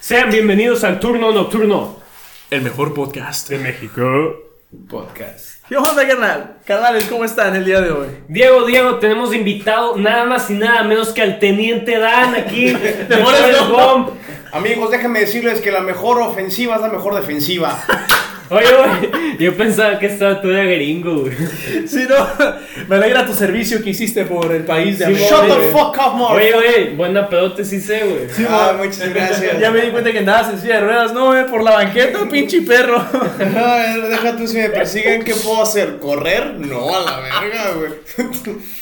Sean bienvenidos al turno nocturno El mejor podcast. de México. Podcast. ¿Qué onda, carnal? Carnales, ¿cómo están el día de hoy? Diego, Diego, tenemos invitado nada más y nada menos que al Teniente Dan aquí. ¡Te mueres, no? Amigos, déjenme decirles que la mejor ofensiva es la mejor defensiva. Oye, güey, yo pensaba que estaba tú de gringo, güey. Sí, no. Me alegra tu servicio que hiciste por el país de Sí, América, Shut the güey. fuck up, more. Oye, oye, buena pedote sí sé, güey. Sí, Ah, güey. muchas gracias. Ya me di cuenta que andabas en silla de ruedas, no, güey, por la banqueta, pinche perro. No, deja tú si me persiguen, ¿qué puedo hacer? ¿Correr? No, a la verga, güey.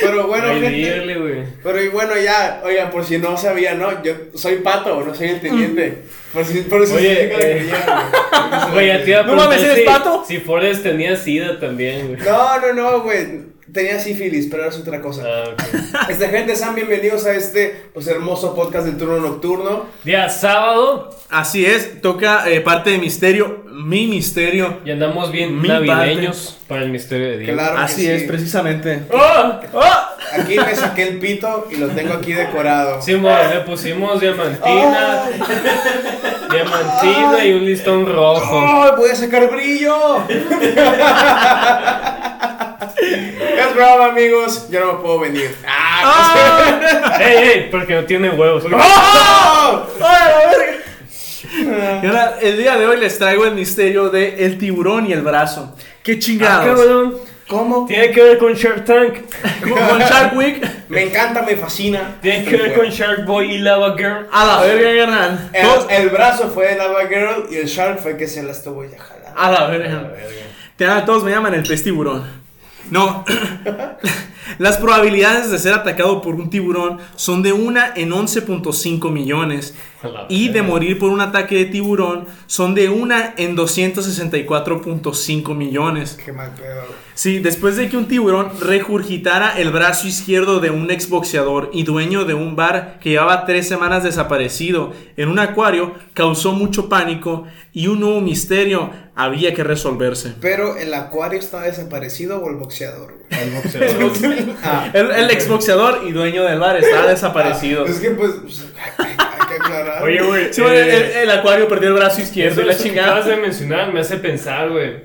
Pero bueno, Ay, gente. dígale, güey. Pero y bueno, ya, oigan, por si no sabía, ¿no? Yo soy pato, no soy el teniente. Por si, por si Oye, se lo eh. creían, güey. Güey, ya te iba a No mames, preguntar ¿eres si- pato? Si Forrest tenía sida también, güey. No, no, no, güey. Tenía sífilis, pero ahora es otra cosa. Ah, ok. Esta gente, sean bienvenidos a este pues, hermoso podcast del turno nocturno. Día sábado Así es, toca eh, parte de misterio, mi misterio. y andamos bien Mi navideños para el misterio de Diego. Claro que Así es, sí. precisamente. ¡Oh! ¡Oh! Aquí me saqué el pito y lo tengo aquí decorado. Sí, mo, le pusimos diamantina, diamantina y un listón rojo. ¡Oh! ¡Voy a sacar brillo! es broma, amigos. Yo no me puedo venir. ¡Ah! ¡Ey, ey! Porque no tiene huevos. ¡Oh! Y ahora, el día de hoy les traigo el misterio de el tiburón y el brazo. Qué Ah, chingados. cabrón. ¿Cómo? Tiene que ver con Shark Tank. Con con Shark Week, Me encanta, me fascina. Tiene que ver con Shark Boy y Lava Girl. a la verga, carnal. Todos- el, el brazo fue de Lava Girl y el Shark fue que se la estuvo ya jalando. Ah. A la verga. Te llaman- todos me llaman el pez tiburón. No. Las probabilidades de ser atacado por un tiburón son de 1 en 11.5 millones. A la Y de verga. morir por un ataque de tiburón son de 1 en 264.5 millones. Qué mal pedo. Sí, después de que un tiburón regurgitara el brazo izquierdo de un exboxeador y dueño de un bar que llevaba tres semanas desaparecido en un acuario, causó mucho pánico y un nuevo misterio había que resolverse. Pero el acuario estaba desaparecido o el boxeador, güey. El boxeador. Ah. El, el exboxeador y dueño del bar estaba desaparecido. Es que pues. pues, hay, hay- hay que aclarar. Oye, güey. Sí, bueno, el, eh, el acuario perdió el brazo izquierdo Eso y la eso que acabas chingada. de mencionar me hace pensar, güey.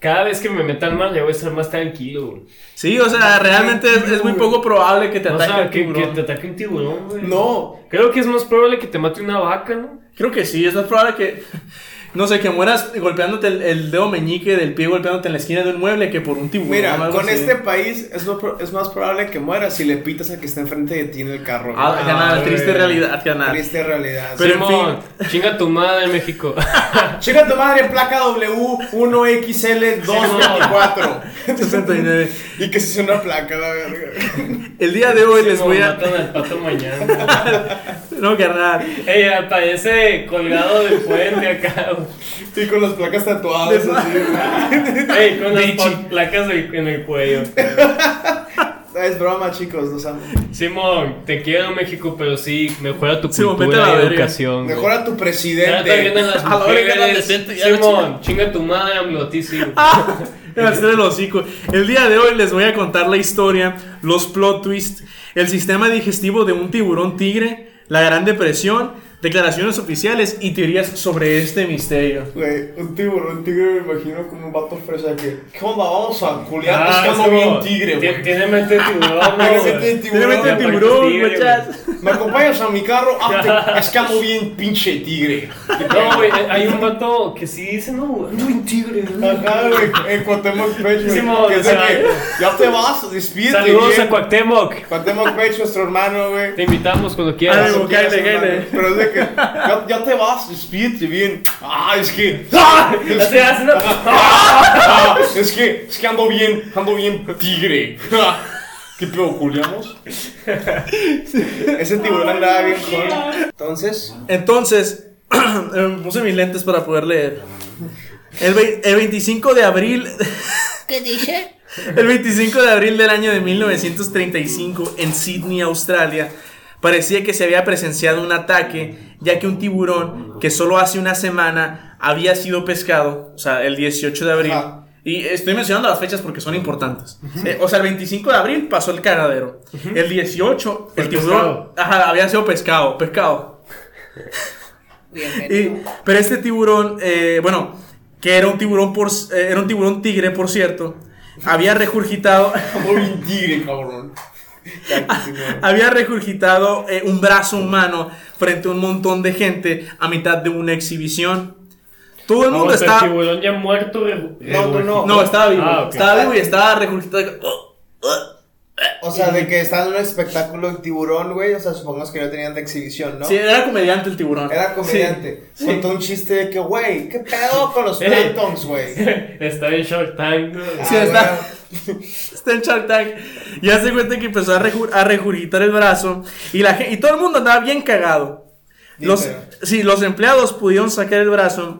Cada vez que me metan mal, ya voy a estar más tranquilo, güey. Sí, o sea, realmente es, es muy poco probable que te O ataque sea, un que, que tiburón. te ataque un tiburón, güey. No, Creo que es más probable que te mate una vaca, ¿no? Creo que sí, es más probable que, no sé, que mueras golpeándote el, el dedo meñique del pie, golpeándote en la esquina de un mueble que por un tiburón. o Mira, algo con así. este país es, lo pro- es más probable que mueras si le pitas al que está enfrente de ti en el carro. Ah, canal, Ah, triste güey. realidad, canal. Triste realidad. Pero en Simón, chinga tu madre, México. Chica tu madre, placa W1XL224. 69. y que se hizo una placa, la verga. El día de hoy les Simón, voy a... Matan al pato mañana. No, carnal. Ey, aparece colgado del puente acá, güey. Y con las placas tatuadas así, güey. Ey, con las Bichi. pa- placas del- en el cuello. Es broma, chicos, los amo. Simón, te quiero México, pero sí, mejora tu Simón, cultura vete a la y verga. educación. güey. Mejora tu Trata bien a presidente. las A la verga, la mujeres. decente, ya la Simón, chinga tu madre, AMLO, a ti sí. güey. Ah, El hacer el hocico. El día de hoy les voy a contar la historia, los plot twists, el sistema digestivo de un tiburón tigre, la Gran Depresión, declaraciones oficiales y teorías sobre este misterio. Güey, un tiburón, un tigre me imagino como un vato fresa que. ¿Qué onda? Vamos a culiar. Ah, es que ando Simón, bien tigre, ti- güey. Tiene mente de tiburón, Tiene güey. mente de Tiene mente de Aparte tiburón, tigre, muchachos. ¿Me acompañas a mi carro? Ah, te- es que ando bien pinche tigre. No, güey, eh, hay un vato que sí dice, no, güey, ando en tigre, güey. Ajá, güey, en Cuauhtémoc Page, güey. Simón, que es de o sea, que, ya te vas, despídete. Saludos bien. a Cuauhtémoc. Cuauhtémoc Page, nuestro hermano, güey. Te invitamos cuando Ay, quieras. güey, cállate, cállate. Pero es de que, ya, ya te vas, despídete bien. Ah, es que, ah, es, Ya te das una- ah, es que, es que ando bien, ando bien tigre. Ah, ¿Qué pedo, Juliamos? Ese tiburón andaba bien con. Entonces, Entonces, eh, puse mis lentes para poder leer. El, vei- el 25 de abril. ¿Qué dice? El 25 de abril del año de 1935, en Sydney, Australia, parecía que se había presenciado un ataque, ya que un tiburón que solo hace una semana había sido pescado, o sea, el 18 de abril, Ajá. Y estoy mencionando las fechas porque son importantes. Eh, o sea, el 25 de abril pasó el cagadero. El 18, el, el tiburón. pescado. Ajá, había sido pescado, pescado. Y- Bienvenido. pero este tiburón, eh, bueno, que era un tiburón por, eh, era un tiburón tigre, por cierto, había regurgitado, Como un tigre, cabrón. Ya, continúa. había regurgitado eh, un brazo humano frente a un montón de gente a mitad de una exhibición. Todo el mundo Vamos, pero está, Eh, el tiburón este ya muerto de... No, no, no. no estaba vivo, Ah, ok. estaba vivo y estaba regurgitado. oh, O sea, de que está en un espectáculo el tiburón, güey. O sea, supongamos que no tenían de exhibición, ¿no? Sí, era comediante el tiburón. Era comediante. Sí, sí. Contó un chiste de que, güey, ¿qué pedo con los Eh. plantons, güey? Está en Shark Tank. ¿no? Ah, Sí, está. güey. Está en Shark Tank. Y hace cuenta que empezó a, reju- a regurgitar el brazo. Y, la, gen- y todo el mundo andaba bien cagado. Los, Dímelo. sí, los empleados pudieron sacar el brazo.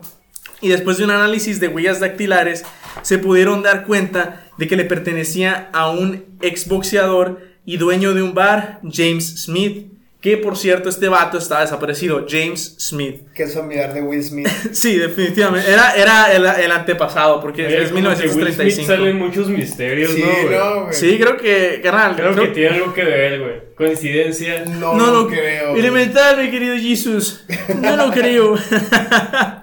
Y después de un análisis de huellas dactilares, se pudieron dar cuenta de que le pertenecía a un exboxeador y dueño de un bar, James Smith. Que por cierto, este vato está desaparecido, James Smith. Que es familiar de Will Smith. Sí, definitivamente. Era, era el, el antepasado, porque Oye, es como que Will Smith 1935. Salen muchos misterios, Sí, ¿no, güey? no, güey. Sí, creo que, carnal, Creo creo- que tiene algo que ver, güey. Coincidencia. No, no, creo. güey. Elemental, mi querido Jesus. No lo creo.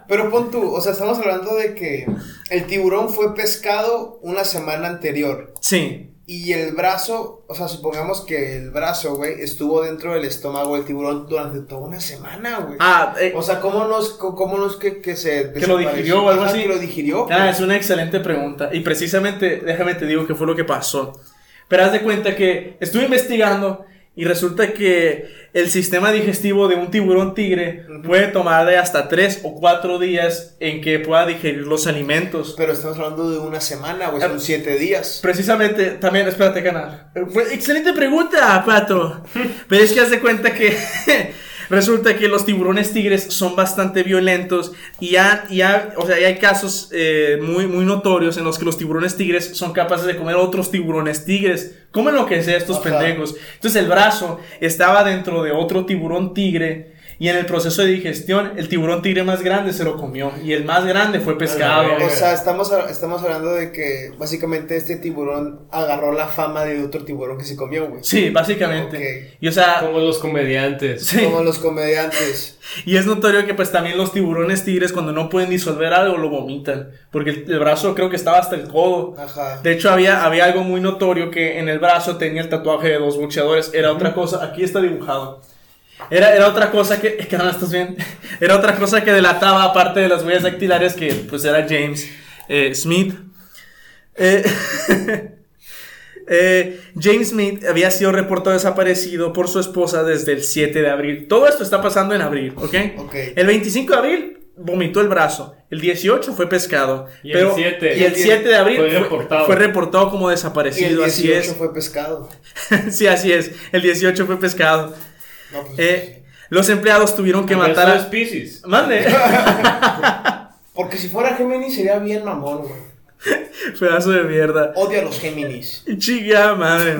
Pero pon tú, o sea, estamos hablando de que el tiburón fue pescado una semana anterior. sí. Y el brazo, o sea, supongamos que el brazo, güey, estuvo dentro del estómago del tiburón durante toda una semana, güey. Ah, eh, O sea, ¿cómo nos, co- cómo nos que, que se Que lo desapareció? digirió o algo Ajá, así. Que lo digirió. ah, es una excelente pregunta. Y precisamente, déjame te digo qué fue lo que pasó. Pero haz de cuenta que estuve investigando y resulta que el sistema digestivo de un tiburón tigre puede tomar de hasta 3 o 4 días en que pueda digerir los alimentos. Pero estamos hablando de una semana, güey, son siete días. Precisamente, también, espérate, canal. Eh, fue- Excelente pregunta, Pato. Pero es que haz de cuenta que resulta que los tiburones tigres son bastante violentos y ya, ya o sea, ya hay casos eh, muy, muy notorios en los que los tiburones tigres son capaces de comer otros tiburones tigres. Comen lo que sea estos Ajá. pendejos. Entonces el brazo estaba dentro de otro tiburón tigre. Y en el proceso de digestión, el tiburón tigre más grande se lo comió. Y el más grande fue pescado. verga. O sea, estamos, a- estamos hablando de que básicamente este tiburón agarró la fama de otro tiburón que se comió, güey. Sí, básicamente. Ok. Y o sea, Como los comediantes. Sí. Como los comediantes. Y es notorio que pues también los tiburones tigres cuando no pueden disolver algo lo vomitan, porque el, el brazo creo que estaba hasta el codo. Ajá. De hecho había, había algo muy notorio que en el brazo tenía el tatuaje de dos boxeadores, era otra cosa, aquí está dibujado. Era, era otra cosa que, eh, carnal, ¿estás bien? Era otra cosa que delataba aparte de las huellas dactilares que pues era James eh, Smith. Eh, Eh, James Smith había sido reportado desaparecido por su esposa desde el 7 de abril. Todo esto está pasando en abril, ¿ok? Ok. El 25 de abril vomitó el brazo. El 18 fue pescado. Y el pero, 7. y el 7 de abril Fue fue reportado. fue reportado como Y el desaparecido. Así 18 es. fue pescado. sí, así es. El 18 fue pescado. No, pues, Eh, los empleados tuvieron que Pero matar eso es a. Pisces. Mande. Porque si fuera Géminis sería bien mamón, güey. Pedazo de mierda. Odio a los Géminis. Chica madre.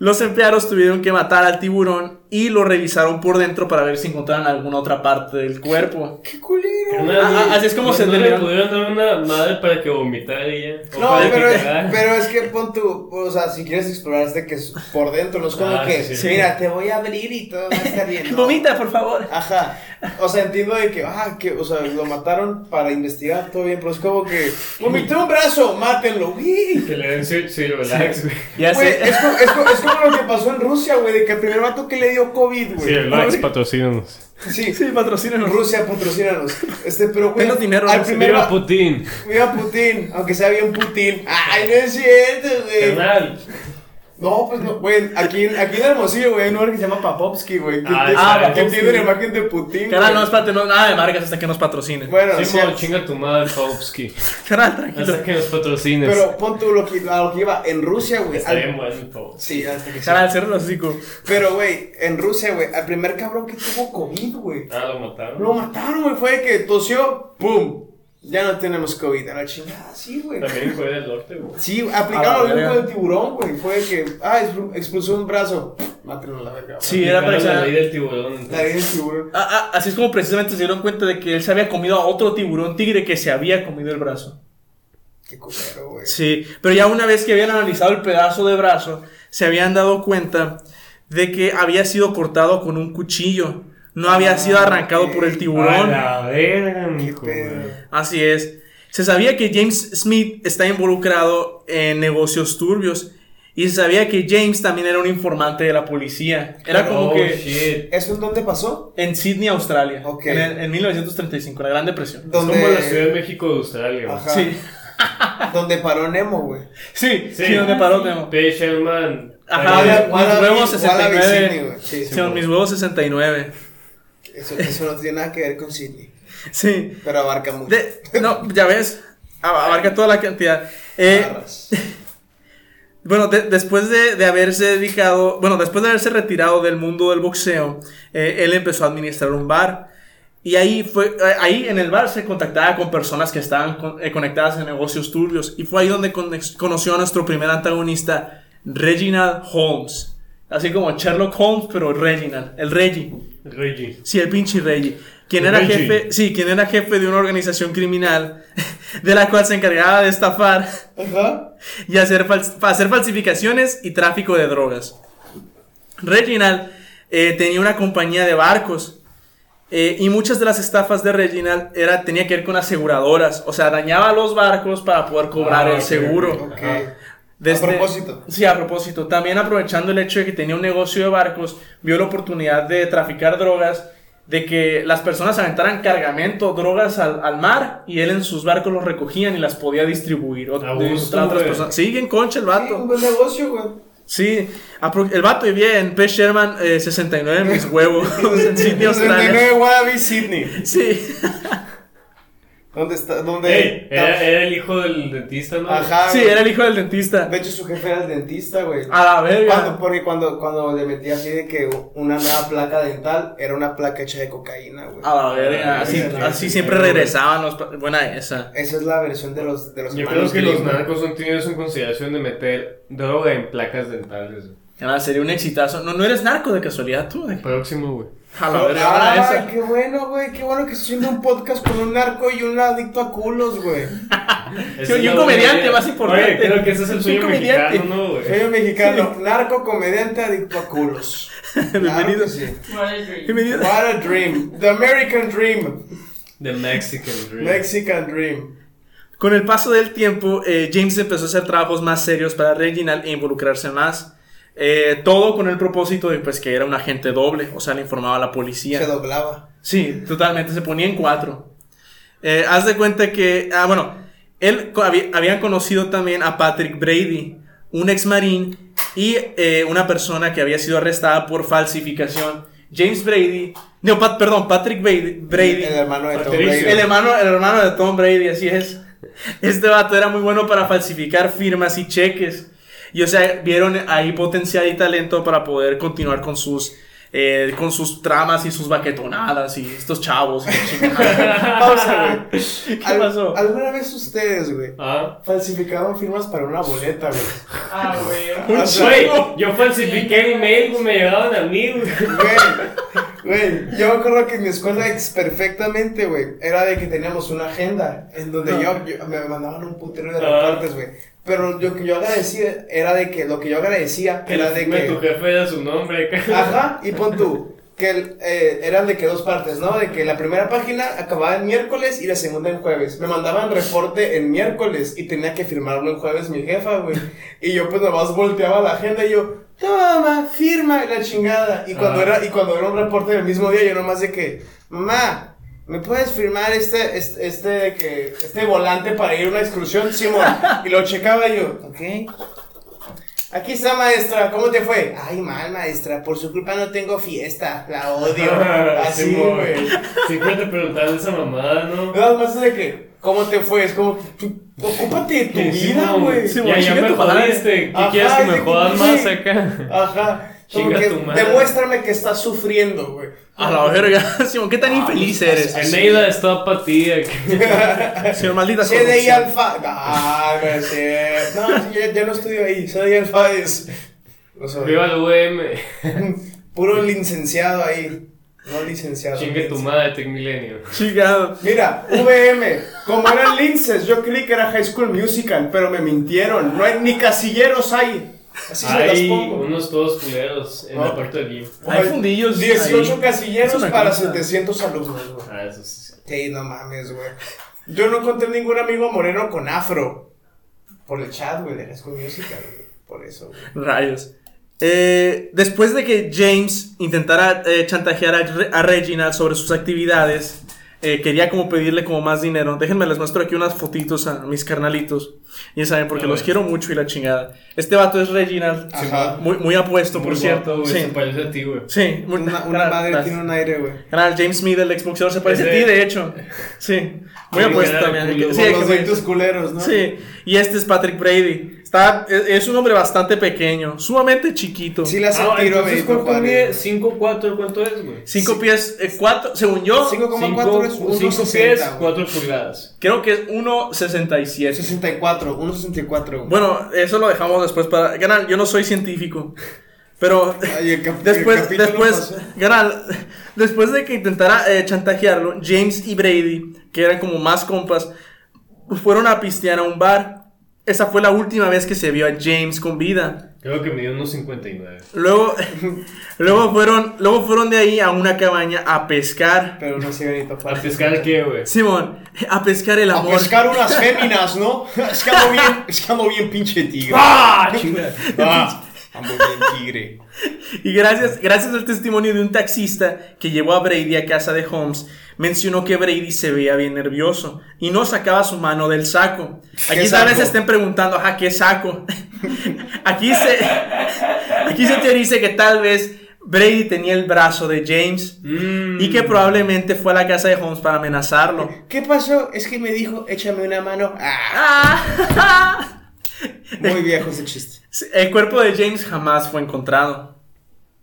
Los empleados tuvieron que matar al tiburón y lo revisaron por dentro para ver si encontraron alguna otra parte del cuerpo. ¡Qué culero! Carnal, Ah, ah, así es como no- se no deliran. le pudieron dar una madre para que vomitara ella. O No, para que pero es, cagara. pero es que pon tu. O sea, si quieres explorar, es de que es por dentro, no es como Ah, que. sí, sí. Mira, te voy a abrir y todo va a estar bien. ¿no? Vomita, por favor. Ajá. O sea, entiendo de que, ah, que, o sea, lo mataron para investigar, todo bien, pero es como que, vomité un brazo, mátenlo, güey. Que le den su, su relax, güey. Ya Güey, sé. es, co- es co- es como lo que pasó en Rusia, güey, de que el primer vato que le dio COVID, güey. Relax, patrocínanos. Sí, Sí, patrocínanos. Rusia, patrocínanos. Este, pero, güey, Denos dinero, al Rusia. primer Viva va- Putin. Viva Putin, aunque sea bien Putin. Ay, no es cierto, güey. Carnal. No, pues no, güey. Aquí, aquí en Hermosillo, güey, hay un lugar que se llama Papovsky, güey. Que, Ah, tiene- ah, que Papovsky. tiene la imagen de Putin. Carnal, no, güey. espérate, no, nada de marcas hasta que nos patrocinen. Bueno, Sí, sí, mo, chinga tu madre, Paupsky. Carnal, tranquilo. Hasta que nos patrocines. Pero pon tú lo que, a lo que iba en Rusia, güey. Está al- bien bueno, Paupsky. Sí, hasta que sí. Carnal, cierra los hocico. Pero, güey, en Rusia, güey, al primer cabrón que tuvo COVID, güey. Ah, lo mataron. Lo mataron, güey. Fue de que tosió, ¡pum! Ya no tenemos COVID. A la chingada, sí, güey. También fue del norte, güey. Sí, A la aplicaron lo mismo verga. con el tiburón, güey. Fue de que, ah, expl- expulsó un brazo. Mátenlo a la verga. güey. Sí, era para Aplicaron que- la ley del tiburón. La vida del tiburón. Ah, ah, así es como precisamente se dieron cuenta de que él se había comido a otro tiburón tigre que se había comido el brazo. Qué culero, güey. Sí, pero ya una vez que habían analizado el pedazo de brazo, se habían dado cuenta de que había sido cortado con un cuchillo. No había sido arrancado por el A tiburón. Ah, la verga, Qué mijo. pedo. güey. Así es. Se sabía que James Smith está involucrado en negocios turbios. Y se sabía que James también era un informante de la policía. Era como Oh, que shit. ¿Eso en dónde pasó? en Sydney, Australia. Ok. En, el- en 1935, la Gran Depresión. Es Donde, como la Ciudad de México de Australia. güey. Ajá. Sí, donde paró Nemo, güey. sí, sí, Sí. donde paró Nemo. P. Sherman. Ajá, Ahí- mis huevos Wallaby- Wallaby 69. Sydney, güey. Sí, Sí, sí. mis huevos 69. Eso, eso no tiene nada que ver con Sydney. Sí. Pero abarca mucho. De- no, ya ves, ab- abarca toda la cantidad. Eh, Barras. bueno, de- después de, de haberse dedicado, bueno, después de haberse retirado del mundo del boxeo, eh, él empezó a administrar un bar. Y ahí fue, eh, ahí en el bar se contactaba con personas que estaban con- eh, conectadas en negocios turbios. Y fue ahí donde conex- conoció a nuestro primer antagonista, Reginald Holmes. Así como Sherlock Holmes, pero Reginald, el Reggie. Reggie. Sí, el pinche Reggie. Quien El era Reggie. jefe, sí, quien era jefe de una organización criminal de la cual se encargaba de estafar Ajá. y hacer, fals- hacer falsificaciones y tráfico de drogas. Reginald eh, tenía una compañía de barcos eh, y muchas de las estafas de Reginald era, tenía que ver con aseguradoras, o sea, dañaba los barcos para poder cobrar Ah, el ok, seguro. Ok. Ajá. Desde- A propósito. Sí, a propósito. También aprovechando el hecho de que tenía un negocio de barcos, vio la oportunidad de traficar drogas, de que las personas aventaran cargamento, drogas al, al mar y él en sus barcos los recogían y las podía distribuir. O, A gusto, a otras güey. personas. Sí, bien concha el Sí, un vato. buen negocio, güey. Sí, apro- el vato vivía en P. Sherman eh, 69, mis huevos, en Sydney, Australia. 69 Wallaby, Sydney. Sí, ¿Dónde está? ¿Dónde? Ey, Eh, era, era el hijo del dentista, ¿no? Ajá. sí, güey. era el hijo del dentista. Ah, De hecho, su jefe era el dentista, güey. Ah, A la Cuando- verga. porque cuando, cuando le metía así de que una nueva placa dental era una placa hecha de cocaína, güey. A Ah, la verga. Así, Ah, Sí, sí, así sí, siempre sí, güey. regresaban los... pa- Buena esa. Esa es la versión de los de los Yo creo que Grimm, los güey. narcos son tenidos en consideración de meter droga en placas dentales. güey. Ah, sería un exitazo. No, no eres narco de casualidad tú. De... Próximo, güey. A la verga, ahora Ah, esa. qué bueno, güey, qué bueno que estoy haciendo un podcast con un narco y un adicto a culos, güey. Esa y es un la comediante buena más idea. importante. Oye, creo que ese es el Un sueño comediante. mexicano, ¿no, güey? Soy mexicano, narco, comediante, adicto a culos. Bienvenido. Claro que sí. Bienvenido. What a dream. The American dream. The Mexican Dream. Mexican dream. Con el paso del tiempo, eh, James empezó a hacer trabajos más serios para Reginald e involucrarse más. Eh, todo con el propósito de pues, que era un agente doble, o sea, le informaba a la Se policía. doblaba. Sí, totalmente, se ponía en cuatro. Eh, haz de cuenta que, ah, bueno, él co- había- habían conocido también a Patrick Brady, un ex marín y eh, una persona que había sido arrestada por falsificación. James Brady, no, Pat- perdón, Patrick Brady, Brady El hermano de Tom Patricio. Brady. el hermano, el hermano de Tom Brady, así es. Este vato era muy bueno para falsificar firmas y cheques. Y o sea, vieron ahí potencial y talento para poder continuar con sus eh, con sus tramas y sus baquetonadas y estos chavos. y la chingada. Pausa, güey. ¿Qué Al- pasó? ¿Alguna vez ustedes, güey, Ah. falsificaban firmas para una boleta, güey? Ah, güey. O sea, Güey, yo falsifiqué el email, güey, me llegaban a mí, güey. Güey, güey, yo me acuerdo que en mi escuela ex perfectamente, güey, era de que teníamos una agenda en donde yo, yo- me mandaban un putero de Ah. reportes, güey. Pero lo que yo agradecía era de que, lo que yo agradecía Que era la de firma de tu que, jefe era su nombre. ajá, y pon tú, que el, eh, eran de que dos partes, ¿no? De que la primera página acababa en miércoles y la segunda en jueves. Me mandaban reporte en miércoles y tenía que firmarlo en jueves mi jefa, güey. Y yo pues nomás volteaba la agenda y yo, toma, firma y la chingada. Y cuando Ah. era y cuando era un reporte del mismo día, yo nomás de que, mamá, ¿me puedes firmar este, este, este, de que, este volante para ir a una excursión, Simón? Y lo checaba yo, ok. Aquí está, maestra, ¿cómo te fue? Ay, mal, maestra, por su culpa no tengo fiesta, la odio. Así, Ah, Simón. güey. Siempre te preguntaban esa mamada, ¿no? Nada más es de que, ¿cómo te fue? Es como, tú, ocúpate de tu vida, Simón, güey. Sí, Ya, güey, ya chinga me tu madre. jodiste. ¿Qué Ajá, quieres que me de- jodan sí. Ah, más acá? Ajá. Como Chinga que tu madre. demuéstrame que estás sufriendo, güey. A la verga, Simón, qué tan infeliz eres. Eneida está apatía. Señor, maldita CDI corrupción. Alfa. Ah, no es cierto. No, sí, yo, yo no estudio ahí. CDI Alfa es. o sea, Viva el UM. puro licenciado ahí. No licenciado. Chingue tu madre, Tecmilenio. Chingado. Mira, VM, como eran linces, yo creí que era High School Musical, pero me mintieron. No hay, ni casilleros hay. Así se las Hay pongo. Ah. unos todos culeros en la parte de Bim. Hay fundillos 18 ahí. Es casilleros una para cosa. 700 alumnos, güey. Ah, eso sí. Sí, no mames, güey. Yo no encontré ningún amigo moreno con afro. Por el chat, güey, de High School Musical, güey. Por eso, güey. Rayos. Eh, después de que James intentara eh, chantajear a, Re- a Regina sobre sus actividades, eh, quería como pedirle como más dinero. Déjenme les muestro aquí unas fotitos a mis carnalitos. Ya saben, porque A los ver. quiero mucho y la chingada. Este vato es Reginald. Ajá. Muy, muy apuesto, por Muy cierto. guapo, güey, sí. Se parece a ti, güey. Sí, muy- Una, una madre gracias. tiene un aire, güey. Canal James Smith, el exboxeador, se parece a Ese- ti, de hecho. Sí, muy Sí, apuesto era también. culo. Sí, Por hay que los ver. deditos culeros, ¿no? Sí, y este es Patrick Brady. Está, es, es un hombre bastante pequeño, sumamente chiquito. Sí la Ah, sentí, entonces, ¿cuánto mide? güey. 5'4", ¿cuánto es, güey? Cinco pies, eh, cuatro, según yo, 5,4 es 5 pies, 1,60. güey. 4 pulgadas. creo que es 1.67. 64, 1,64. güey. Bueno, eso lo dejamos después para... Canal, yo no soy científico, pero... Ay, el cap- el Después, capítulo después, pasado. Garal, después de que intentara eh, chantajearlo, James y Brady, que eran como más compas, fueron a pistear a un bar. Esa fue la última vez que se vio a James con vida. Creo que midió unos 59. Luego, luego, fueron, luego fueron de ahí a una cabaña a pescar. Pero no se ve ni ¿Para papá. pescar qué, güey? Simón, a pescar el A amor. pescar unas féminas, ¿no? Es que ando bien, es que ando bien pinche tigre. ¡Ah, chingada! Ah, ando bien tigre. Y gracias, gracias al testimonio de un taxista que llevó a Brady a casa de Holmes, mencionó que Brady se veía bien nervioso y no sacaba su mano del saco. Aquí tal vez saco? estén preguntando, ajá, ¿qué saco? aquí, se, aquí se teoriza que tal vez Brady tenía el brazo de James y Mm. que probablemente fue a la casa de Holmes para amenazarlo. ¿Qué pasó? Es que me dijo, échame una mano. Ah, muy viejo ese chiste. El cuerpo de James jamás fue encontrado.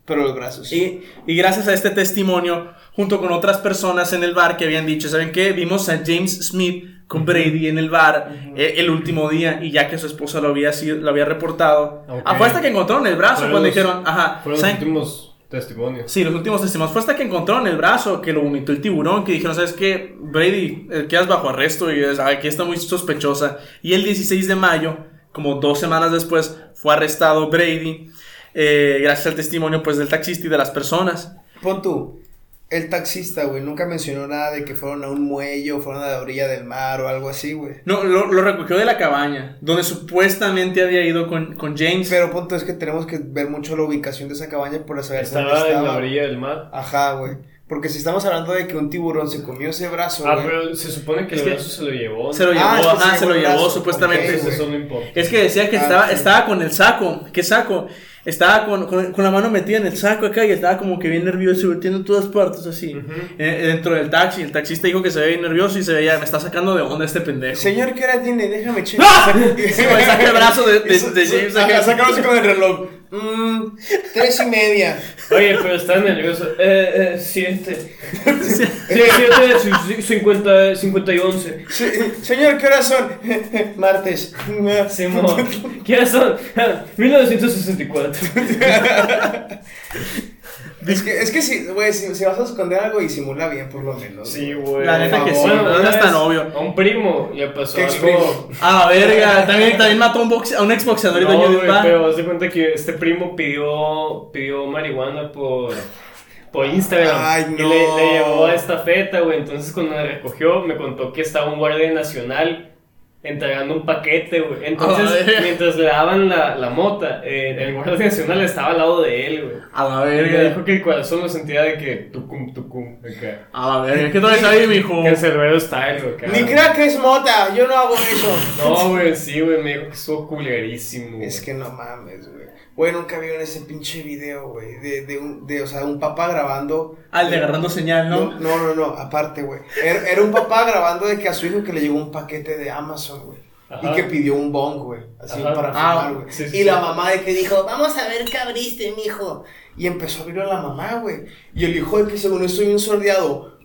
Pero los brazos. Y, y gracias a este testimonio, junto con otras personas en el bar que habían dicho, ¿saben qué? Vimos a James Smith con Brady en el bar eh, el último día y ya que su esposa lo había, sido, lo había reportado. Ok. Ah, fue hasta que encontró en el brazo Fueron cuando los- dijeron, ajá, Fueron los ¿saben? últimos testimonios. Sí, los últimos testimonios. Fue hasta que encontró en el brazo que lo vomitó el tiburón, que dijeron, ¿sabes qué? Brady, eh, quedas bajo arresto y es- aquí está muy sospechosa. Y el 16 de mayo, como dos semanas después, fue arrestado Brady, eh, gracias al testimonio pues del taxista y de las personas. Pon tú, el taxista, güey, nunca mencionó nada de que fueron a un muelle o fueron a la orilla del mar o algo así, güey. No, lo, lo recogió de la cabaña, donde supuestamente había ido con, con James. Pero pon tú, es que tenemos que ver mucho la ubicación de esa cabaña para saber dónde Estaba estaba. en la orilla del mar. Ajá, güey. Porque si estamos hablando de que un tiburón se comió ese brazo, Ah, güey. pero se supone que el Es que- brazo se lo llevó. ¿no? se lo llevó, Ah, es que ajá, se se lo llevó el llevó brazo, supuestamente. ok, güey. Eso no importa. Es que decía que Ah, estaba, sí. estaba con el saco. ¿Qué saco? Estaba con, con- con la mano metida en el saco acá y estaba como que bien nervioso y volteando en todas partes así. Eh, dentro del taxi. El taxista dijo que se veía bien nervioso y se veía, me está sacando de onda este pendejo. Señor, ¿qué hora tiene? Déjame checar. ¡Ah! Sí, güey, saca el brazo de, de- Eso- de eso- James. Ajá, acá. Sacaron así con el reloj. Mm, tres y media. Oye, pero está nervioso. Eh, eh, siete. Sí. Sí, siete, ci- ci- cincuenta, cincuenta y once. Se- señor, ¿qué horas son? Martes. Simón. ¿Quiénes son? ah, 1964. Es que, es que si, güey, si, si vas a esconder algo, disimula bien, por lo menos. güey. La neta que sí, Bueno, no una es tan vez obvio. A un primo le pasó ¿Qué algo. exprimo? Ah, verga. También, también mató a un, boxe- a un exboxeador y dueño No, de un güey, bar. pero haz de cuenta que este primo pidió, pidió marihuana por, por Instagram. Ay, Y no. le, le llevó a esta feta, güey. Entonces cuando la recogió, me contó que estaba un guardia nacional entregando un paquete, güey. Entonces, Ay. mientras le daban la, la mota, eh, el guardia nacional estaba al lado de él, güey. A la Y verga. me dijo que el corazón lo sentía de que tucum, tucum, acá. A ver, ¿qué traes ahí, mijo? Que el cerbero está en lo que. Ni crea que es mota, yo no hago eso. No, güey, sí, güey, me dijo que estuvo culerísimo. güey. Es que no mames, güey. Güey, nunca vieron ese pinche video, güey. De, de, un, de, o sea, un papá grabando. Al Ah, de agarrando señal, No, ¿no? no, no, no, aparte, güey. Er, Era, era un papá grabando de que a su hijo que le llegó un paquete de Amazon, güey. Ajá. Y que pidió un bong, güey. Así Ajá. para Ah, fumar, güey. sí, sí, y la sí. mamá de que dijo, vamos a ver qué abriste, mijo. Y empezó a abrirlo a la mamá, güey. Y el hijo de que según estoy bien sordeado.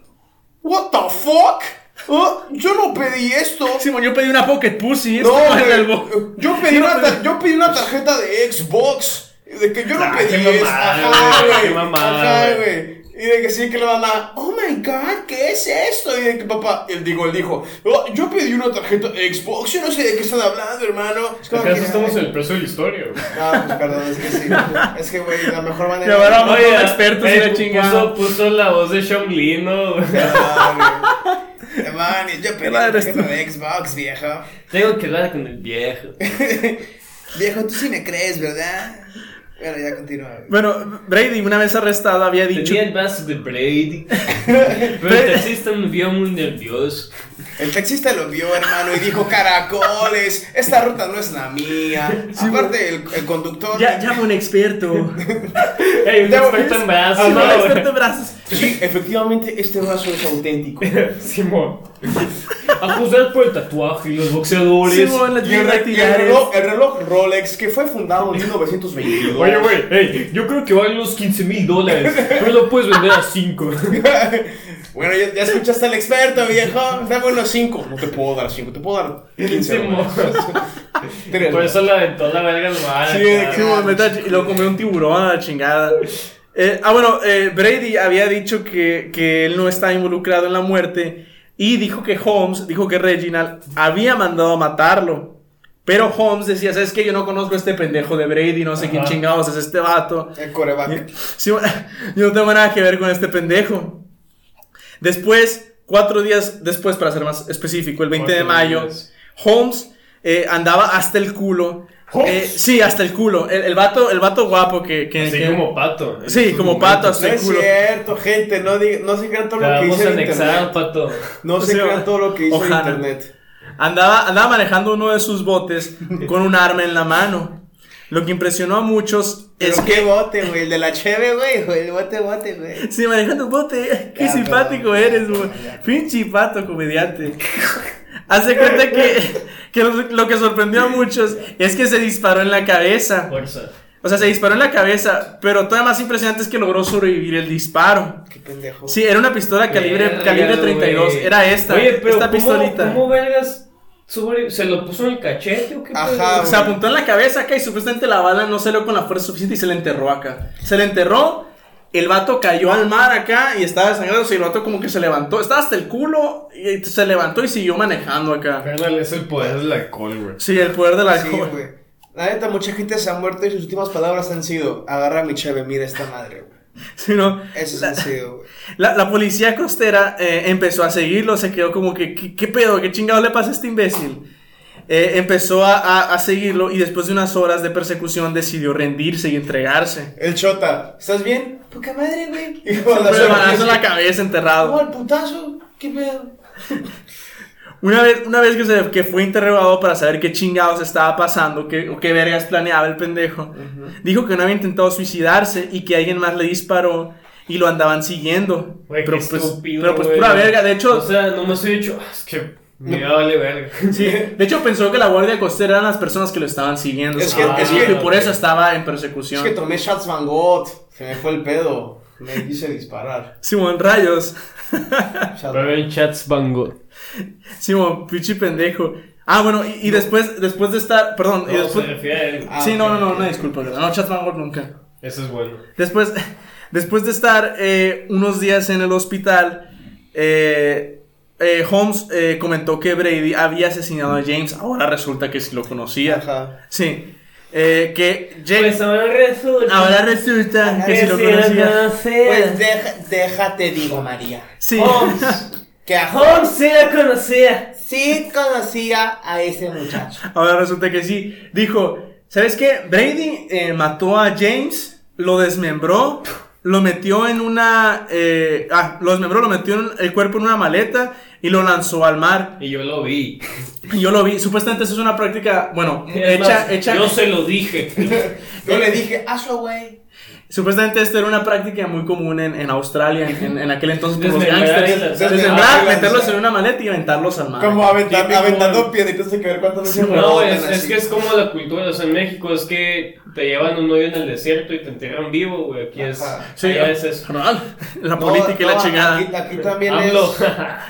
¿What the fuck? Oh, yo no pedí esto. Simón, yo pedí una Pocket Pussy. No, esto güey, es el bo- yo pedí, una tar- yo pedí una tarjeta de Xbox. De que yo no Ah, pedí qué eso. mamada, Ajá, güey, güey. qué mamada, Ajá, güey. güey. Y de que sí, que la mamá, oh my god, ¿qué es esto? Y de que papá, él digo, él dijo, "Oh, yo pedí una tarjeta Xbox, yo no sé de qué están hablando, hermano. Es como Acá que, estamos "Ay". en el preso de la historia, güey. No, pues perdón, es que sí. Es que, güey, la mejor manera. Llevar a- Oye, Todos expertos eh, y la pu- chingada. Puso, puso la voz de Sean Lee, ¿no? Ah, güey. Hermano, yo pedí la madre es tarjeta de Xbox, viejo. Tengo que hablar con el viejo. Viejo, tú sí me crees, ¿verdad? Bueno, ya continúa. güey. Bueno, Brady, una vez arrestado, había dicho. Tenía el vaso de Brady. Pero el taxista me vio muy nervioso. El taxista lo vio, hermano, y dijo, caracoles, esta ruta no es la mía. Aparte, el, el conductor... Ya, llama un experto. Ey, un Ya, experto en brazos, Llama un ¿no, experto en güey? brazos. Sí, efectivamente, este vaso es auténtico. Simón. A juzgar por el tatuaje y los boxeadores. Simón, las Y el, re- y el dactilares. reloj, el reloj Rolex, que fue fundado en 1922. Oye, güey, ey, yo creo que valen los 15 mil dólares, pero lo puedes vender a 5. Bueno, ya, ya escuchaste al experto, viejo. Dame unos cinco. No te puedo dar 5, te puedo dar 15. Simón. güey. Tres, Por güey. eso la aventó la verga al mar. Sí, de Sí, güey, neta, y lo comió un tiburón a la chingada. Eh, ah, bueno, eh, Brady había dicho que, que él no está involucrado en la muerte y dijo que Holmes, dijo que Reginald había mandado a matarlo. Pero Holmes decía, ¿sabes qué? Yo no conozco a este pendejo de Brady, no sé Ajá. quién chingados es este vato. El coreback. Sí, bueno, yo no tengo nada que ver con este pendejo. Después, cuatro días después, para ser más específico, el 20 de Cuatro mayo, días. Holmes eh, andaba hasta el culo. ¿Holmes? Eh, sí, hasta el culo. El, el vato, el vato guapo que. que- Así que- como pato. sí, como pato No hasta el es culo. cierto, gente. No, diga- no se crean todo Te lo que vamos dice a en anexar, internet. pato. No se Sí, crean todo lo que dice en ojalá. internet. Andaba, andaba manejando uno de sus botes con un arma en la mano. Lo que impresionó a muchos Pero es qué que. bote, güey. El de la cheve, güey. güey, El bote, bote, güey. Sí, manejando un bote. Qué Ya, simpático perdón, eres, ya, güey. ya. Pinche pato comediante. Hace cuenta que, que lo, lo que sorprendió a muchos es que se disparó en la cabeza. Fuerza. O sea, se disparó en la cabeza, pero todavía más impresionante es que logró sobrevivir el disparo. Qué pendejo. Sí, era una pistola calibre, Verga, calibre güey. 32. Era esta. Oye, pero esta ¿cómo, pistolita. ¿Cómo vergas? sobre- ¿Se lo puso en el cachete o qué? Ajá, pedo? güey. Se apuntó en la cabeza acá y supuestamente la bala no salió con la fuerza suficiente y se le enterró acá. Se le enterró, el vato cayó al mar acá y estaba desangrado. Y el vato como que se levantó, estaba hasta el culo y se levantó y siguió manejando acá. Carnal, es el poder del alcohol, güey. Sí, el poder del Sí, alcohol. güey. La neta, mucha gente se ha muerto y sus últimas palabras han sido: agarra mi cheve, mira esta madre, güey. Sí, ¿no? Esos La- han sido, güey. La, la policía costera eh, empezó a seguirlo, se quedó como que, ¿qué, qué pedo? ¿Qué chingado le pasa a este imbécil? Eh, empezó a, a- a seguirlo y después de unas horas de persecución decidió rendirse y entregarse. El Chota, ¿estás bien? Poca madre, güey. Y con Pero la le balazo en la sorpresa, cabeza "Oh, enterrado. al putazo? ¿Qué pedo? Una vez, una vez que, se, que fue interrogado para saber qué chingados estaba pasando qué, o qué vergas planeaba el pendejo, dijo que no había intentado suicidarse y que alguien más le disparó y lo andaban siguiendo. Güey, pero, qué pues, estúpido, pero pues güey. pura verga, de hecho... O sea, nomás he dicho, "Ah, es que me vale verga. Sí, de hecho pensó que la guardia costera eran las personas que lo estaban siguiendo. Es ¿sabes? que- es y que- por eso estaba en Es persecución. que tomé shots Van Gogh. Se me fue el pedo. Me quise disparar. Simón Rayos. Shots- Pero en chats bango. Simón, pichi pendejo. Ah, bueno, y, y después, después de estar. Perdón, No, y se después. refiere a él. Ah, sí, no, ok, no, no, ok. no, disculpa, no, no, Chatman Gold nunca. Eso es bueno. Después, después de estar eh, unos días en el hospital, eh, eh, Holmes eh, comentó que Brady había asesinado a James. Ahora resulta que sí lo conocía. Ajá. Sí. Eh, que James. Pues ahora resulta. ahora resulta que sí lo sí lo conocía. conocía. Pues deja- déjate, digo, María. Sí. Holmes. Que a Holmes sí la conocía. sí conocía a ese muchacho. Ahora resulta que sí. Dijo, ¿sabes qué? Brady eh, mató a James, lo desmembró, lo metió en una... eh, ah, lo desmembró, lo metió en el cuerpo en una maleta y lo lanzó al mar. Y yo lo vi. Y yo lo vi. Supuestamente eso es una práctica, bueno, Es hecha... más, hecha Yo se lo dije. Yo le dije, hazlo, güey. Supuestamente esto era una práctica muy común en, en Australia, en, en- en aquel entonces, por los Desmembrar y gangsters. lanzar. Desmembrar, Desmembrar y meterlos lanzar. en una maleta y aventarlos al mar. Como aventar- Típico, aventando güey. piedritas hay que ver cuántas veces No, rebotan es, es así. que es como la cultura, o sea, en México es que te llevan un hoyo en el desierto y te entierran vivo, güey, aquí es, Ajá. Sí, allá es eso. Ronald, La No, política y la no, chingada. Aquí, aquí también AMLO. es.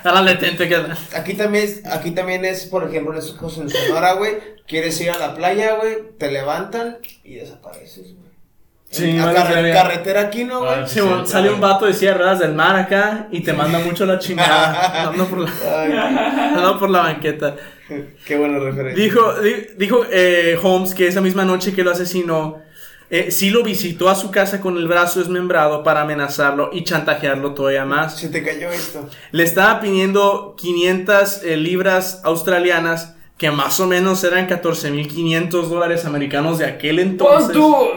Ahora detente que... Aquí también, es, aquí también es, por ejemplo, en estos casos en Sonora, güey. Quieres ir a la playa, güey. Te levantan y desapareces, güey. Sí, a vale, carre- verga. carretera aquí, ¿no, güey? Ah, Sí, bueno, sí, sale sí. un vato de silla de ruedas del mar acá y te manda mucho la chingada. Andando por la, andando por la banqueta. Qué buena referencia. Dijo, di- dijo eh, Holmes que esa misma noche que lo asesinó, eh, sí lo visitó a su casa con el brazo desmembrado para amenazarlo y chantajearlo todavía más. Se te cayó esto. Le estaba pidiendo 500 eh, libras australianas, que más o menos eran 14.500 dólares americanos de aquel entonces. ¡Cuánto!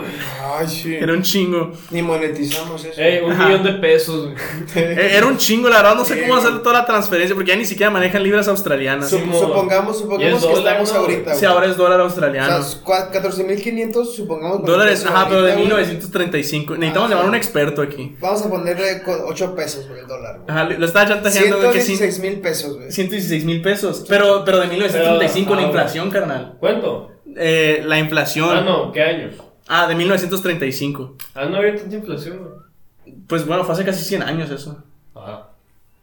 Ay, sí. Era un chingo. Ni monetizamos eso. Ey, un Ajá. millón de pesos, güey. Eh, Era un chingo, la verdad, no sé cómo Eh. hacer toda la transferencia porque ya ni siquiera manejan libras australianas. Sup- Simón. supongamos, Y el supongamos que dólar, estamos ¿no? ahorita, güey. Si ahora es dólar O australiano. sea, es cua- 14.500, supongamos. con Dólares, pesos ajá, pero de ahorita, güey. 1935. Necesitamos Ajá. llamar a un experto aquí. Vamos a ponerle 8 pesos por el dólar, güey. Ajá, le- lo estaba chantajeando de que sí. 116 mil pesos, güey. 116 mil pesos. Pero, pero de 1935, Pero, la ajá, inflación, carnal. ¿Cuánto? Eh, la inflación. Ah, no, ¿qué año? Ah, de 1935. Ah, no había tanta inflación, güey. Pues bueno, fue hace casi 100 años eso. Ah.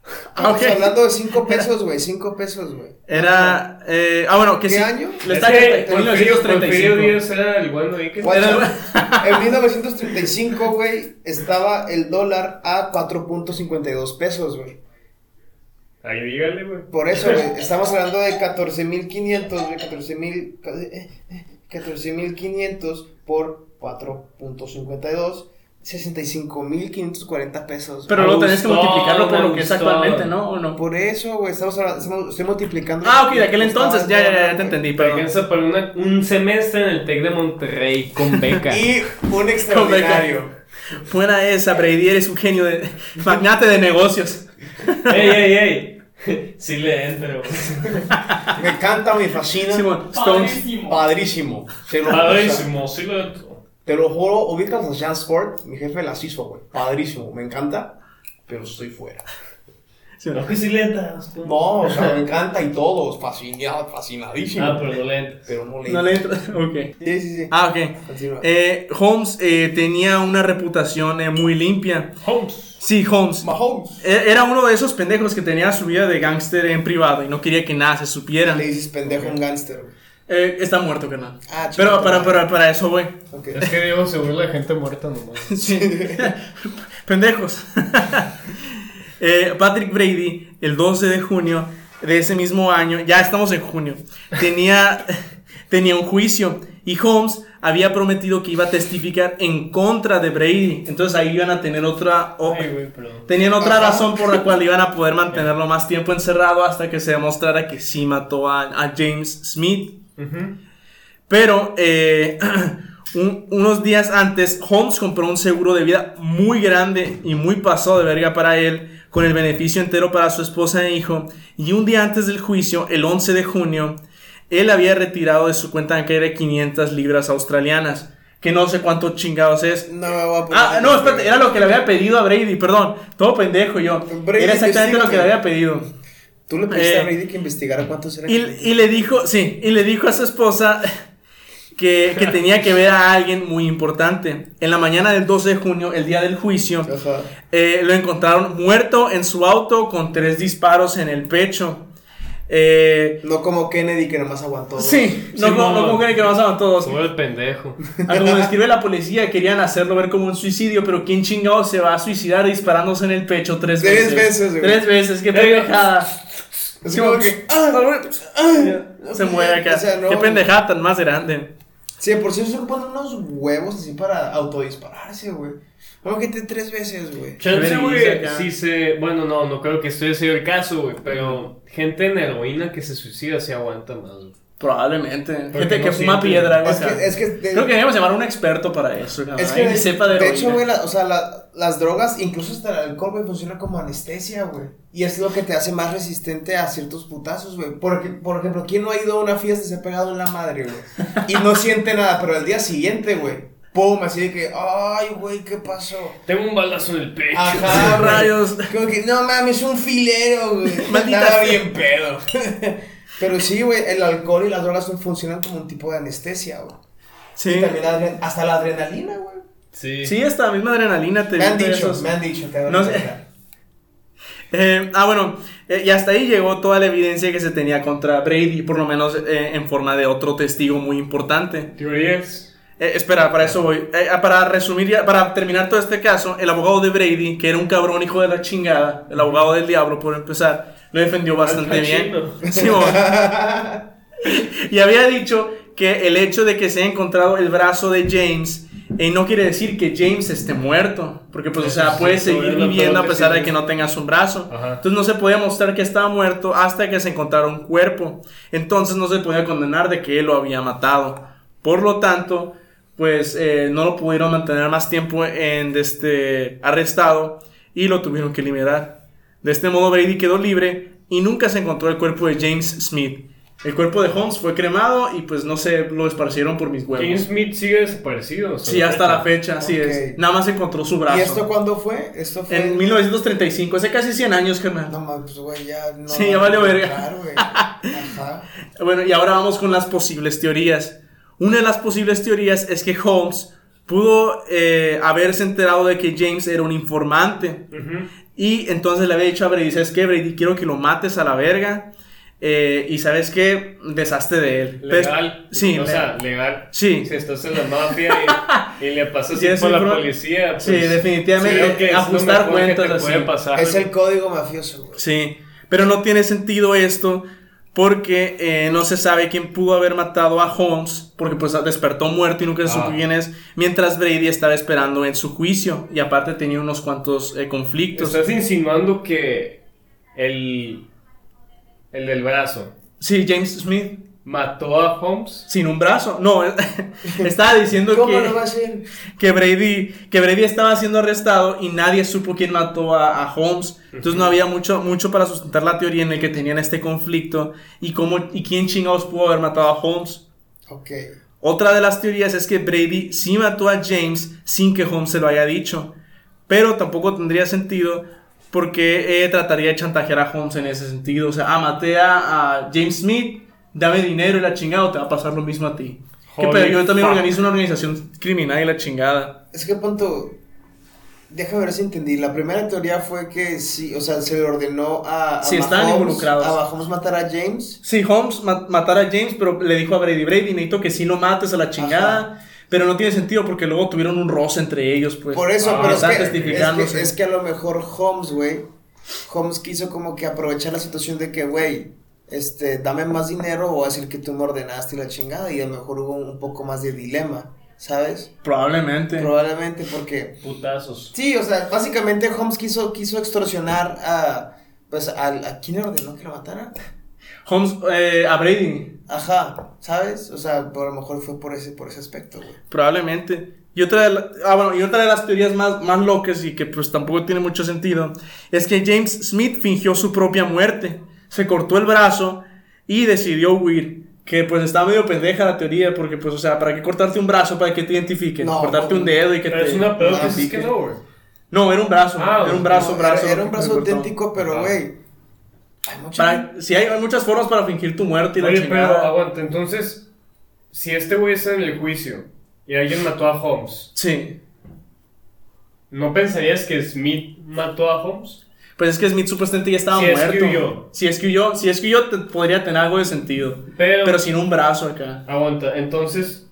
Ah, Estamos ok. hablando de 5 pesos, güey. 5 pesos, güey. Era. Eh, ah, bueno, que ¿Qué sí. año? Lo Es estaba que chantando- Porfirio, Porfirio 1935. Díaz era el bueno de Iker. Guacha, Era- en 1935, güey, estaba el dólar a 4.52 pesos, güey. Ahí dígale, güey. Por eso, güey, estamos hablando de 14.500, güey, 14.000, eh, eh, 14.500 por 4.52, 65.540 pesos. Ah, Pero luego tenés que Me gustó, multiplicarlo por me lo que es gustó. actualmente, ¿no? ¿O no? Por eso, güey, estamos hablando, estamos- estoy multiplicando. Ah, ok, de aquel Estaba entonces. el Ya, ya, dólar, ya te güey. entendí, perdón. Alcanza para una- un semestre en el TEC de Monterrey con beca. Y un extraordinario. Fuera esa, Brady, eres un genio de magnate de negocios. ¡Ey, ey, ey! Sí le entro. Me encanta, me fascina. Simón, Stones. Padrísimo. Se lo- Padrísimo, sí le entro. Te lo juro, ubicas a Sean Sport, mi jefe las hizo, güey. Padrísimo, me encanta, pero estoy fuera. Simón. No, que sí le entras. tú. No, o sea, me encanta y todo, fascinado, fascinadísimo. Ah, pero no le entras. Pero no le. No le entra. Ok. Sí, sí, sí. Ah, ok. Continúa. Eh, Holmes eh, tenía una reputación eh, muy limpia. Holmes. Sí, Holmes. Mahomes. E- Era uno de esos pendejos que tenía su vida de gángster en privado y no quería que nada se supiera. Le dices pendejo a un gángster, güey. Eh, está muerto, carnal. Ah, chico, Pero para, madre. para, para eso, güey. Ok. Es que Diego se burla de gente muerta nomás. Sí. Pendejos. Eh, Patrick Brady, el 12 de junio de ese mismo año, ya estamos en junio, tenía, tenía un juicio y Holmes había prometido que iba a testificar en contra de Brady. Entonces ahí iban a tener otra... o- Ay, güey, pero... Tenían otra Ajá. razón por la cual iban a poder mantenerlo más tiempo encerrado hasta que se demostrara que sí mató a, a James Smith. Ujú. Pero eh, un- unos días antes, Holmes compró un seguro de vida muy grande y muy pasado de verga para él, con el beneficio entero para su esposa e hijo. Y un día antes del juicio, el 11 de junio, él había retirado de su cuenta bancaria 500 libras australianas, que no sé cuántos chingados es. No me voy a poner. Ah, no, espérate, era lo que le había pedido a Brady, perdón, todo pendejo yo. Brady, era exactamente lo que le investiga. había pedido. Tú le pediste Eh, a Brady que investigara cuántos eran. Y, y le dijo, sí, y le dijo a su esposa que, que tenía que ver a alguien muy importante. En la mañana del 12 de junio, el día del juicio, Ajá. eh, lo encontraron muerto en su auto con tres disparos en el pecho. Eh, No como Kennedy que nomás aguantó. güey. sí, no, Sí, no, no no. conviene que pasaron todos. Como el pendejo. Ah, como describe la policía, querían hacerlo ver como un suicidio, pero ¿quién chingado se va a suicidar disparándose en el pecho tres veces? Tres veces, güey. Tres veces, qué pendejada. Es como que. Ah, ah. se muere acá. O sea, no, qué güey. pendejada tan más grande. Sí, por si se ponen unos huevos así para autodispararse, güey. Como que te tres veces, güey. Chance, Vergüenza güey, acá. sí se... Bueno, no, no creo que esto sea el caso, güey, pero... Gente en heroína que se suicida se aguanta más, güey. Probablemente. Gente no que fuma siente. piedra, güey. Es que, es que, de- Creo que deberíamos llamar a un experto para eso, cabrón. es que Alguien que sepa de, de heroína. hecho, güey, la- o sea, la- las drogas, incluso hasta el alcohol, güey, funciona como anestesia, güey. Y es lo que te hace más resistente a ciertos putazos, güey. Porque, por ejemplo, ¿quién no ha ido a una fiesta y se ha pegado en la madre, güey? Y no siente nada, pero al día siguiente, güey, pum, así de que, ay, güey, ¿qué pasó? Tengo un balazo en el pecho. Ah, Ajá, güey. Rayos. Como que, no mames, un filero, güey. Maldita Estaba sea. bien pedo. Pero sí, güey, el alcohol y las drogas son- funcionan como un tipo de anestesia, güey. Sí. Y también la adre- hasta la adrenalina, güey. Sí. Sí, esta misma adrenalina te Me han viene dicho, esos- me han dicho, te No sé. Eh, ah, bueno, eh, y hasta ahí llegó toda la evidencia que se tenía contra Brady, por lo menos eh, en forma de otro testigo muy importante. Teorías. Eh, espera, para eso voy. Eh, para resumir, ya- para terminar todo este caso, el abogado de Brady, que era un cabrón hijo de la chingada, el abogado del diablo, por empezar, lo defendió bastante bien. Pacino. Simón. y había dicho que el hecho de que se haya encontrado el brazo de James eh, no quiere decir que James esté muerto, porque pues o sea, Eso sí, puede todavía seguir no viviendo a creo que pesar sí. de que no tengas un brazo. Ajá. Entonces no se podía mostrar que estaba muerto hasta que se encontrara un cuerpo. Entonces no se podía condenar de que él lo había matado. Por lo tanto, pues eh, no lo pudieron mantener más tiempo en este arrestado y lo tuvieron que liberar. De este modo Brady quedó libre y nunca se encontró el cuerpo de James Smith. El cuerpo de Holmes fue cremado y pues no sé, lo esparcieron por mis huevos. James Smith sigue desaparecido. hasta Sí, hasta la fecha, así es. Ok. Nada más encontró su brazo. ¿Y esto cuándo fue? Esto fue. En 1935, hace casi 100 años, Germán. No mames, pues, güey, ya. No Sí, ya lo van a valió verga. encontrar, güey. Ajá. Bueno, y ahora vamos con las posibles teorías. Una de las posibles teorías es que Holmes pudo eh, haberse enterado de que James era un informante. Ujú. Y entonces le había dicho a Brady, ¿sabes qué, Brady? Quiero que lo mates a la verga. Eh, y ¿sabes qué? Deshazte de él. Legal. Pues, sí, O le- sea, legal. Sí. Si estás en la mafia y, y le pasas Sí, tiempo a sí, la pero- policía. Pues, sí, definitivamente, creo que es lo mejor ajustar que cuentas te así. puede pasar. Es el código mafioso, güey. Sí, pero no tiene sentido esto porque eh, no se sabe quién pudo haber matado a Holmes porque pues despertó muerto y nunca se Ah. supo quién es, mientras Brady estaba esperando en su juicio y aparte tenía unos cuantos eh, conflictos. Estás insinuando que el, el del brazo Sí, James Smith mató a Holmes. sin un brazo. No, estaba diciendo ¿Cómo que, lo va a hacer? que Brady que Brady estaba siendo arrestado y nadie supo quién mató a, a Holmes. Entonces no había mucho mucho para sustentar la teoría en el que tenían este conflicto y cómo y quién chingados pudo haber matado a Holmes. Ok. Otra de las teorías es que Brady sí mató a James sin que Holmes se lo haya dicho, pero tampoco tendría sentido porque eh, trataría de chantajear a Holmes en ese sentido. O sea, ah, maté a, a James Smith, dame dinero y la chingada o te va a pasar lo mismo a ti. Que Holy pero yo también fuck. organizo una organización criminal y la chingada. Es que punto. Déjame ver si entendí. La primera teoría fue que sí, o sea, se le ordenó a. a Sí, estaban Mahomes- involucrados. A Mahomes matar a James. Sí, Holmes ma- matara a James, pero le dijo a Brady, Brady, necesito que sí lo mates a la chingada. Pero no tiene sentido porque luego tuvieron un roce entre ellos, pues. Por eso, Ah, pero es están que, es, testificándose. que, es que a lo mejor Holmes, güey. Holmes quiso como que aprovechar la situación de que, güey, este, dame más dinero o decir que tú me ordenaste y la chingada. Y a lo mejor hubo un poco más de dilema, ¿sabes? Probablemente. Probablemente porque. Putazos. Sí, o sea, básicamente Holmes quiso, quiso extorsionar a. Pues al, a quién le ordenó que lo matara. Holmes, eh, a Brady. Ajá, ¿sabes? O sea, por lo mejor fue por ese, por ese aspecto, güey. Probablemente. Y otra de, la- ah, bueno, y otra de las teorías más, más locas y que pues tampoco tiene mucho sentido es que James Smith fingió su propia muerte. Se cortó el brazo y decidió huir. Que pues está medio pendeja la teoría porque pues, o sea, ¿para qué cortarte un brazo para que te identifiquen? No, cortarte un no. dedo y que Pero te... es una pedo que no, sí que no, güey. No, era un brazo. Ah, era un brazo, No, brazo. Era, era un que brazo se cortó. auténtico, pero, Ah. güey. Hay mucha Para- sí, hay, hay muchas formas para fingir tu muerte y la Oye, pero ah, chingada. aguanta. Entonces, si este güey está en el juicio y alguien mató a Holmes, Sí. ¿no pensarías que Smith mató a Holmes? Pues es que Smith supuestamente ya estaba Si es que muerto. huyó. Si es que huyó, si es que yo podría tener algo de sentido. Pero, Pero sin un brazo acá. E, aguanta. Entonces,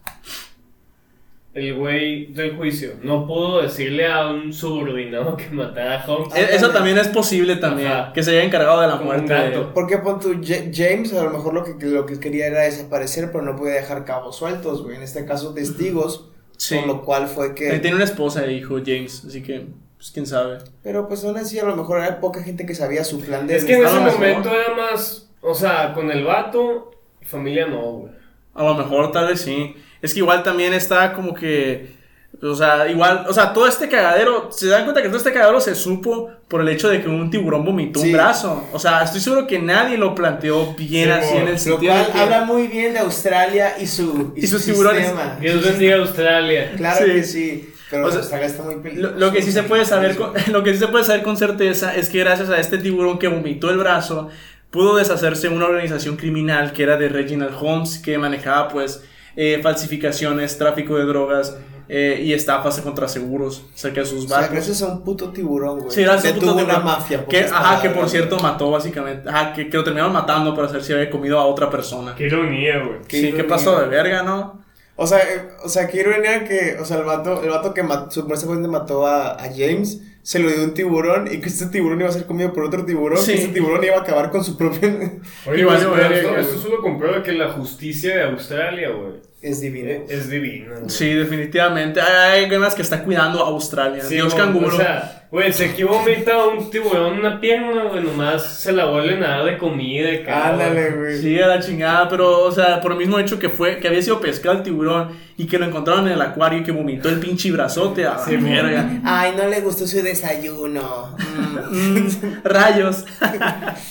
el güey del juicio no pudo decirle a un subordinado que matara a Holmes. Ah, E- Eso ándale. también es posible también. Ajá. Que se haya encargado de la Como un muerte. de él. gato. Porque pon tu Ja- James, a lo mejor lo que, lo que quería era desaparecer, pero no podía dejar cabos sueltos, güey. En este caso, testigos. Sí. Con lo cual fue También que. Tiene una esposa e hijo, James. Así que, pues quién sabe. Pero pues aún así, a lo mejor era poca gente que sabía su plan de. Es que en ese Ah, ¿no? momento era más, o sea, con el vato, familia no, güey. A lo mejor, tal vez sí. Es que igual también está como que. O sea, igual. O sea, todo este cagadero. Se dan cuenta que todo este cagadero se supo por el hecho de que un tiburón vomitó Sí. un brazo. O sea, estoy seguro que nadie lo planteó bien Sí, así en el Lo sentido. de cual que- habla muy bien de Australia y su. Y su sus tiburones. sistema. Dios bendiga a Australia. Claro Sí. que sí. Pero O sea, Australia está muy peligroso. Lo, lo que sí se puede saber con, lo que sí se puede saber con certeza es que gracias a este tiburón que vomitó el brazo pudo deshacerse una organización criminal que era de Reginald Holmes que manejaba pues eh, falsificaciones, tráfico de drogas eh, y estafas contra seguros cerca de sus O sea, barcos. gracias a un puto tiburón, güey. Sí, gracias a un Detuvo puto una tiburón. mafia. que, pocas ajá, que por palabras. cierto mató básicamente, ajá, que, que lo terminaron matando para saber si había comido a otra persona. Qué ironía, güey. Qué sí, qué ironía. pasó de verga, ¿no? O sea, eh, o sea, quiero venir a que, o sea, el vato, el vato que mató, supuestamente mató a, a James, se lo dio un tiburón y que este tiburón iba a ser comido por otro tiburón, Sí. que este tiburón iba a acabar con su propio... Oye, Y güey, pero valió verga, esto, güey. esto solo comprueba que la justicia de Australia, güey, es divino. Eh, es, es divina. güey. Sí, definitivamente. Hay alguien más que está cuidando a Australia. Sí, Dios güey, canguro. O sea, güey, si aquí vomita un tiburón una pierna, güey, nomás se la vuelven a dar de comida, y cada- Ándale, güey. eh, Sí, a la chingada, pero, o sea, por el mismo hecho que fue, que había sido pescado el tiburón y que lo encontraron en el acuario y que vomitó el pinche brazote a la Sí, verga. Ay, no le gustó su desayuno. Mm, rayos.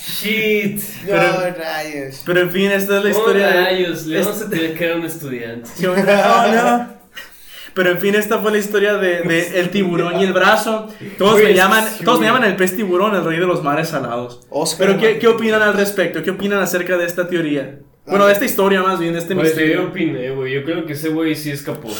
Shit. No, Pero- rayos. Pero en fin, esta es la historia Oh, de. este rayos, le es- vamos a tener que dar un estudiante. Sí, bueno, no, no. Pero en fin, esta fue la historia de, de el tiburón y el brazo. Todos Güey, me llaman, Pues, sí, todos me güey. llaman el pez tiburón, el rey de los mares salados. Oscar Pero ¿qué, Martínez. qué opinan al respecto? ¿Qué opinan acerca de esta teoría? Bueno, de esta historia más bien, de este Pues yo misterio. opiné, güey, yo creo que ese güey sí escapó.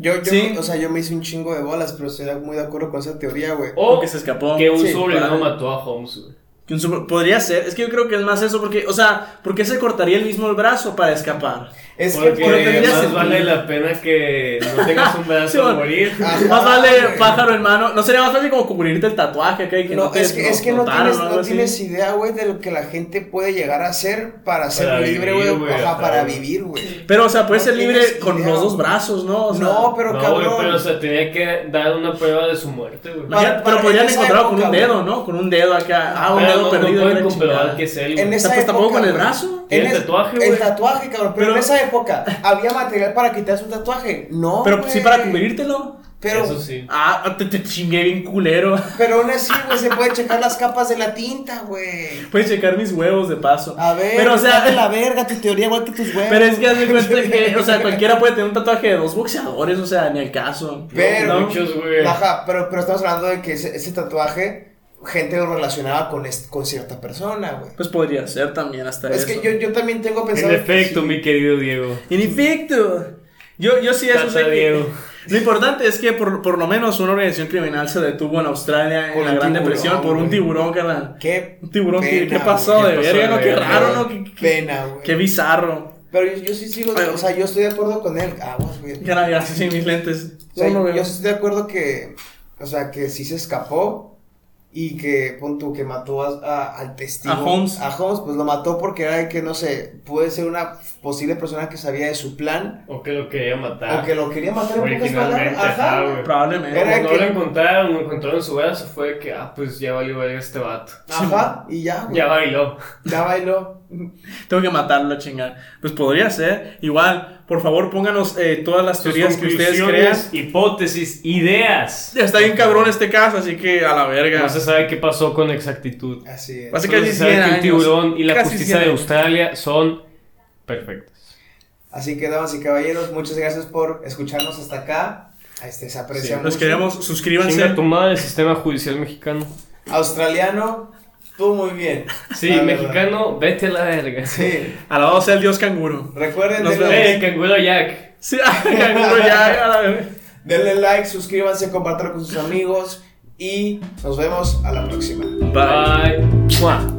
Yo, yo, Sí. o sea, yo me hice un chingo de bolas, pero estoy muy de acuerdo con esa teoría, güey. O que se escapó. Que un Sí, sobrino para- mató a Holmes, güey. Que un super- Podría ser, es que yo creo que es más eso, porque, o sea, ¿por qué se cortaría el mismo el brazo para escapar? Es que Porque por tendría más sentido. vale la pena que no tengas un Sí, brazo a bueno. morir. Ah, Más vale güey. pájaro en mano. ¿No sería más fácil como cubrirte el tatuaje acá y que no, No, te es que, es que no notaran tienes, o algo no así? tienes idea, güey, de lo que la gente puede llegar a hacer para ser Para libre, vivir, güey. güey, Ajá, ajá, para güey. vivir, güey. Pero, o sea, puedes No ser libre tienes con idea. los dos brazos, ¿no? O sea, No, pero no, güey, cabrón. pero o sea, tenía que dar una prueba de su muerte, güey. imagínate, pero para- para- podrían en esa encontrarlo con un época, dedo, ¿no? Con un dedo acá. Ah, un Pero dedo no, no perdido. pueden la comprobar chingada. que es él, en güey. esa pues, tampoco época, con el güey. brazo. Y el En es- tatuaje, El güey. tatuaje, cabrón. Pero, Pero- en esa época, ¿había material para quitarse un tatuaje? No. Pero pues, güey. sí para cubrírtelo. Pero, Eso sí. Ah, te, te chingué bien culero. pero aún así, güey, se puede checar las capas de la tinta, güey. Puedes checar mis huevos de paso. A ver, Pero, o sea, date la verga, tu teoría igual que tus huevos. Pero es que hazme cuenta que, o sea, cualquiera puede tener un tatuaje de dos boxeadores, o sea, ni el caso. Pero- No, muchos, güey. Eh. Ajá, pero, pero estamos hablando de que ese, ese tatuaje, gente lo relacionaba con, est- con cierta persona, güey. Pues podría ser también hasta Es eso. que yo, yo también tengo pensado. En efecto, sí. mi querido Diego. En efecto. Yo, yo sí eso Tata sé que- Diego. Lo importante es que por, por lo menos una organización criminal se detuvo en Australia Por en la un Gran tiburón, Depresión por un güey. tiburón, carnal. Qué Un tiburón, ¿qué, pena, qué pasó güey, de qué pasó verga? de ¿no? Qué verga, raro, güey. ¿no? Qué, qué- Pena, güey. qué bizarro. Pero yo, yo sí sigo. Ay, O sea, yo estoy de acuerdo con él. Aguas, güey. Ya, ya, sí, mis lentes. O sea, No, no yo, veo. yo sí estoy de acuerdo que. O sea, que sí se escapó. Y que, pon tú, que mató a, a- al testigo. A Holmes. A Holmes, pues lo mató porque era de que, no sé, puede ser una posible persona que sabía de su plan. O que lo quería matar. o que lo quería matar en pocas Ah. Originalmente, palabras. ajá, Ajá. güey. Probablemente. Era- Cuando que- lo encontraron, lo encontraron su brazo, fue de que, ah, pues ya valió verga este vato. Ajá. Y ya, güey. Ya bailó. Ya bailó. Tengo que matarlo, chingada. Pues podría ser. Igual, por favor, pónganos eh, todas las Sus teorías que ustedes crean. conclusiones, hipótesis, ideas. Ya está bien cabrón este caso, así que a la verga. No se sabe qué pasó con exactitud. Así es. Así Solo casi se sabe 100 que el años. tiburón y la Casi justicia 100 de años. Australia son perfectas. Así que, damas y caballeros, muchas gracias por escucharnos hasta acá. Este, se aprecia Los mucho. queremos, Chinga suscríbanse. tu madre, sistema judicial mexicano. Australiano, tú muy bien. Sí, La verdad. mexicano, vete a la verga. Sí. Alabado sea el dios canguro. Recuerden, Nos denle, Eh, el canguro Jack. Sí, canguro ya, a la verga. denle like, suscríbanse, compártanlo con sus amigos y nos vemos a la próxima. Bye. Mua.